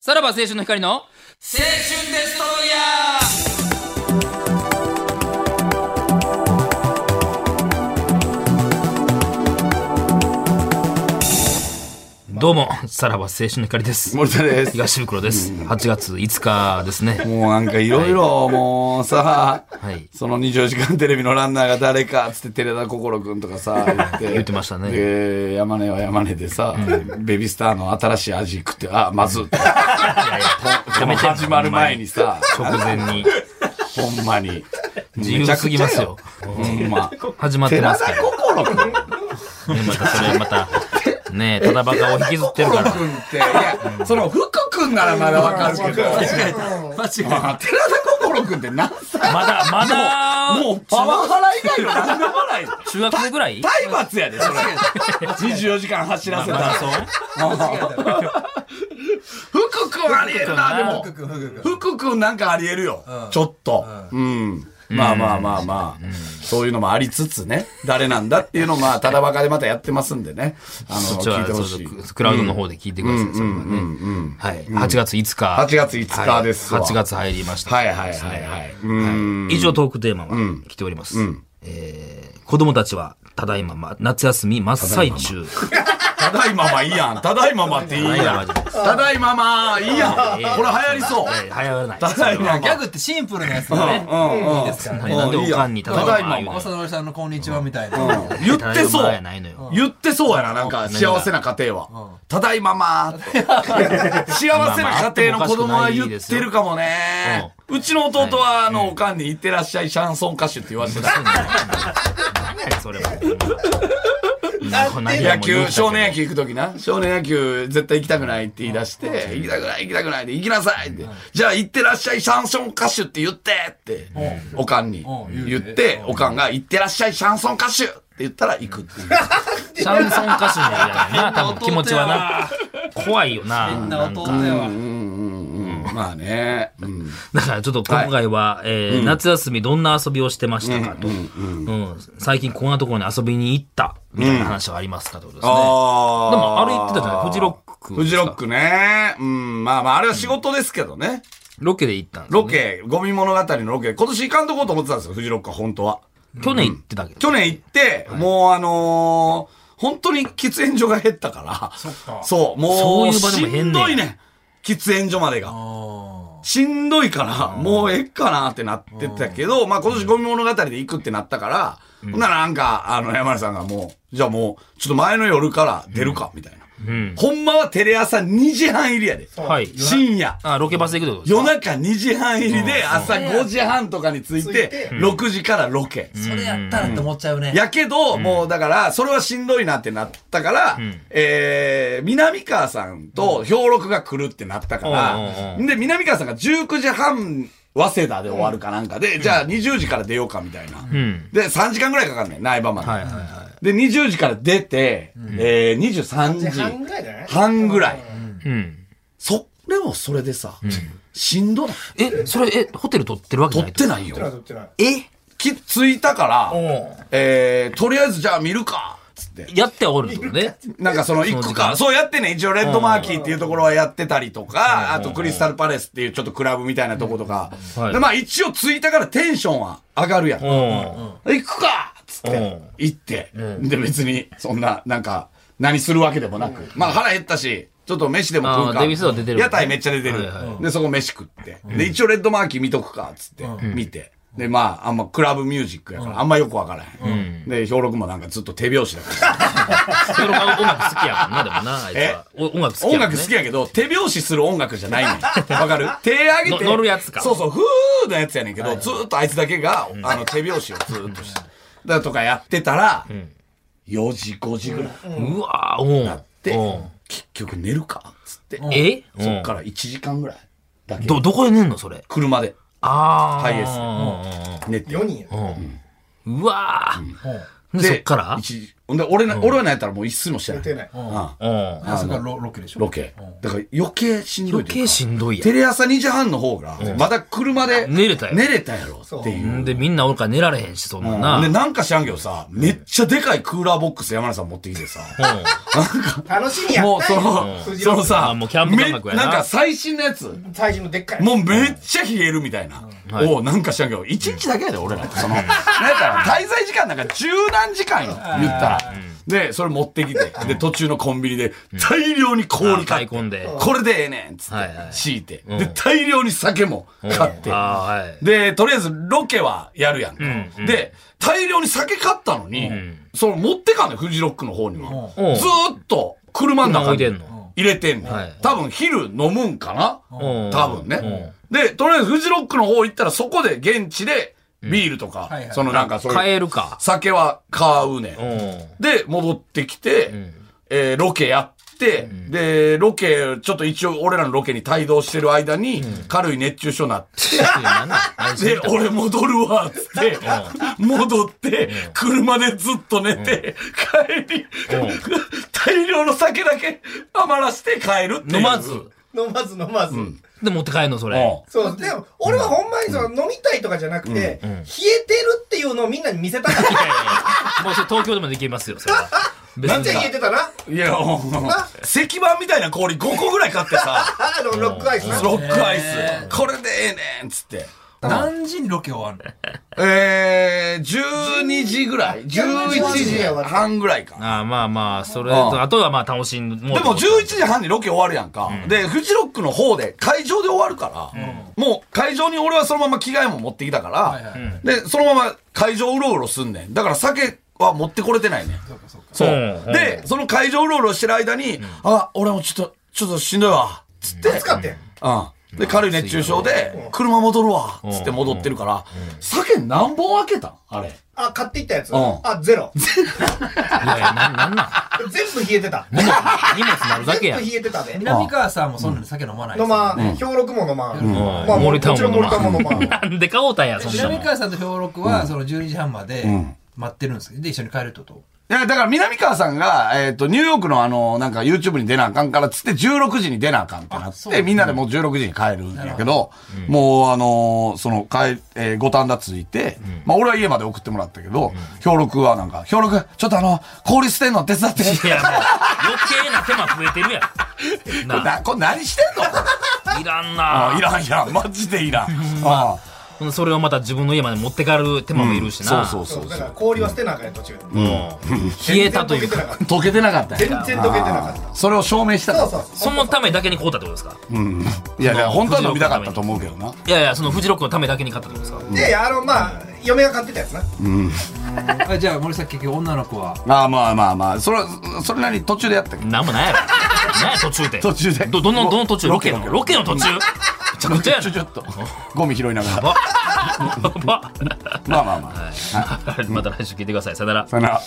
さらば青春の光の青春デストロイヤーどうも、さらば青春の光です。森田です。東袋です。8月5日ですね。もうなんかいろいろもうさ、はいその24時間テレビのランナーが誰かっつって寺田心君とかさ、言って。言ってましたねで、山根は山根でさ、ベビースターの新しい味食って、あ、まずっやめて始まる前にさ、直前にほんまに。自由すぎますよ。ほんま。始まって寺ますか田ら。ね、心君っまたそれまた、ねただバカを引きずってるから。て、いや、その福君ならまだわかる けど、あ寺田心君って何歳まだ、まだ、もうパワハラ以外の何でもない。中学生ぐらい体罰やで、それ。24時間走らせたマラら。ソン福君ありえるな、でも。福君福君福君なんかありえるよ。ちょっと。うん。まあまあまあまあ、そういうのもありつつね、誰なんだっていうのを、まあ、ただばかでまたやってますんでね、あその、っち聞は、いてほしい。そうそうクラウドの方で聞いてください、それはね。はい。8月5日。 8月5日ですわ8月入りました。はいはいはいはい。うん。以上トークテーマは来ております。えー子供たちは、ただいまま、夏休み真っ最中。ただいままいいやん。ただいままっていいただいまやまん。じゃないですただいままいいやん。これ流行りそう。はい流行らない。ただいまま。ギャグってシンプルなやつだね。うんうんいいですからはね。いなんでおかんにただいまいいやんただいまま浅野さんのこんにちはみたいな。言ってただいそまうやないのよ。言ってそうやな、なんか幸せな家庭は。ただいままーって。幸せな家庭の子供は言ってるかもね。うちの弟は、あの、おかんに行ってらっしゃいシャンソン歌手って言われてた。それは。うん野球、少年野。球行くときな。少年野球絶対行きたくないって言い出して、行きたくない、行きたくないで、行きなさいって。じゃあ行ってらっしゃいシャンソン歌手って言ってって、おかんにうん言って、おかんが行ってらっしゃいシャンソン歌手って言ったら行くっていう。シャンソン歌手のやらな、多分気持ちはな。 怖いよな。みんななん弟かだよ。まあね。うんだからちょっと今回は、えー夏休みどんな遊びをしてましたかと、うん最近こんなところに遊びに行ったみたいな話はありますかということですね。ああ。でもあれ行ってたじゃないフジロックフジロックね。うん、まあまあ、あれは仕事ですけどね。ロケで行ったんですよロね、ケ、ゴミ物語のロケ、今年行かんとこうと思ってたんですよ、フジロックは、本当は。去年行ってたけど。去年行って、もうあのー本当に喫煙所が減ったから。そかう、もそう、ういう場でも減んねんしんどいねん。喫煙所までが。あしんどいから、もうええかなってなってたけど、まあ今年ゴミ物語で行くってなったから、ほんならなんか、あの、山根さんがもう、じゃあもう、ちょっと前の夜から出るか、みたいな。うん。ほんまはテレ朝2時半入りやで。はい。深夜。あ、ロケバスで行くってことです夜中2時半入りで朝5時半とかに着いて、6時からロケ。ーそれやったらって思っちゃう ね。やけど、もうだから、それはしんどいなってなったから、えー、南川さんと兵六が来るってなったかうんうんら、うんで、南川さんが19時半、早稲田で終わるかなんかで、じゃあ20時から出ようかみたいな。んで、3時間ぐらいかかんねん、苗場まで。はいはいはで、20時から出て、えー、23時半ぐらいじゃない半ぐらい。い。うん。それもそれでさ、しんどない。え、それ、え、ホテル取ってるわけじゃ撮なっいとてないよ。撮ってないえき、着いたから、えー、とりあえずじゃあ見るか、つって。やってはおるってことね。なんかその行そのく時間か。そうやってね、一応レッドマーキーっていうところはやってたりとか、あとクリスタルパレスっていうちょっとクラブみたいなとことかうんはい。でまあ一応着いたからテンションは上がるやん。う行ん。くかつうってん、行って。で別に、そんな、なんか、何するわけでもなく。まあ腹減ったし、ちょっと飯でも食うあーか。デビスは出てる屋台めっちゃ出てるはいは。で、そこ飯食って。で、一応レッドマーキー見とくか、つって。見て。で、まあ、あんまクラブミュージックやから、あんまよくわからへん。で、兵六もなんかずっと手拍子だから。それは音楽好きやもんな、でもな、あいつは。お音楽好きやも音んね。楽好きやけど、手拍子する音楽じ ゃないねん。わかる手上げのて。乗るやつかそうそう、ふーのやつやねんけど、ずーっとあいつだけが、あの、手拍子をずーっとして。だとかやってたら、4時、5時ぐらい。うわうん。なで、結局寝るかっつって。えそっから1時間ぐらいだうんけ。ど、どこで寝んのそれ。車でああ。ハイエースうんうんうん寝て。 4人やうわー、ででそっから一時ほんで、俺な、俺はなんやったらもう一睡もしてない。出てないうんうん。あそこはロロケでしょロケ。だから余計しんどい余とい計うか。しんどいやテレ朝2時半の方が、まだ車で寝れたよ寝れたやろっていん。う。で、みんなおるから寝られへんし、そんなんな。で、なんか知らんけどさ、めっちゃでかいクーラーボックス山根さん持ってきてさ、楽しみやもうったそんやの、うんそのさ、あもうキャンプ感覚やなめんか最新のやつ、最初のでっかいもうめっちゃ冷えるみたいな。はいおうなんか知らんけど、一日だけやで、俺ら。その、なんやったら滞在時間なんか十何時間よ、言ったら。で、それ持ってきて、で、途中のコンビニで大量に氷買ってあ買い込んでこれでええねんっつっはいはいて、敷いて。で、大量に酒も買って。あーはい。で、とりあえずロケはやるやんか。で、大量に酒買ったのに、その持ってかんねんフジロックの方には。うんずーっと車の中置いてんにの入れてんねはいん。多分昼飲むんかなうん多分ね。で、とりあえずフジロックの方行ったらそこで現地でビールとかはいは、いそのなんかそう買いうえるか。酒は買うねんう。ん。で、戻ってきて、えーロケやって、で、ロケ、ちょっと一応俺らのロケに帯同してる間に、軽い熱中症になって、なんなん何してでん、俺戻るわ、っつって、戻って、車でずっと寝て、帰り、大量の酒だけ余らして帰るっていう。飲まずうん飲まず飲まず、で、持って帰んの、それ。そうでも俺はほんまにその飲みたいとかじゃなくて、冷えてるっていうのをみんなに見せたいかっやいたやいやもうそれ東京でもできますよ、それ は。別めっちゃ冷えてたないや、うん石板みたいな氷5個ぐらい買ってさ、あのロックアイスなロックアイス、これでええねん、つって。何時にロケ終わるえー、12時ぐらい ?11 時半ぐらいか。ああまあまあ、それうんと、あとはまあ楽しんもでも11時半にロケ終わるやんか。で、フジロックの方で、会場で終わるから、もう会場に俺はそのまま着替えも持ってきたから、いはいで、そのまま会場うろうろすんねん。だから酒は持ってこれてないねん。そううんうんで、その会場うろうろしてる間に、あ、俺もちょっと、ちょっとしんどいわ。つって、暑かったやんうん。で、軽い熱中症で、車戻るわ。つって戻ってるから、酒何本開けたんあれ。あ買っていったやつ、んあゼロいやいや、なんなんなん全部冷えてた荷物、荷物なるだけ全や 部。冷えてたで南川さんもそんなに酒飲まない飲まん、兵六も飲まん、まあ、も森ち田ろもん森田も飲ま んなんで買おうたんや、そんな南の。川さんと兵六はその12時半まで待ってるんですけどで一緒に帰るってこといやだから南川さんが、えっ、と、ニューヨークのあの、なんか YouTube に出なあかんからっつって16時に出なあかんってなあっそて、うみんなでもう16時に帰るんやけど、もうあのーその、帰、えー五反田ついて、まあ俺は家まで送ってもらったけど、兵六はなんか、兵六、ちょっとあの、氷捨てんの手伝って。いや、もう、余計な手間増えてるやん。な な、これ何してんのいらんあな ーいらんいらん、マジでいらん。あそれをまた自分の家まで持って帰る手間もいるしーな。そうそうそそううだから氷は捨てなあかんやん途中で、冷えたという全然溶けてなか、かった溶けてなかったんや全然溶けてなかっそれを証明したたかそうったそそうのためだけに買うたってことですかいやいや、本当は飲みたかったと思うけどな。いやいや、そのフジロックのためだけに買ったってことですかであのまあ嫁が買ってたやつなあじゃあ森崎結局女の子はまあまあまあまあ、それは、それなりに途中でやったけど。なんもないやろ。なんや途中で。途中でど、どの、どの途中ロロケケのロケの途中めちゃくちゃやちょな。ちょっとゴミ拾いながら ばば まあまあまあまた来週聞いてください。さよなら。さよなら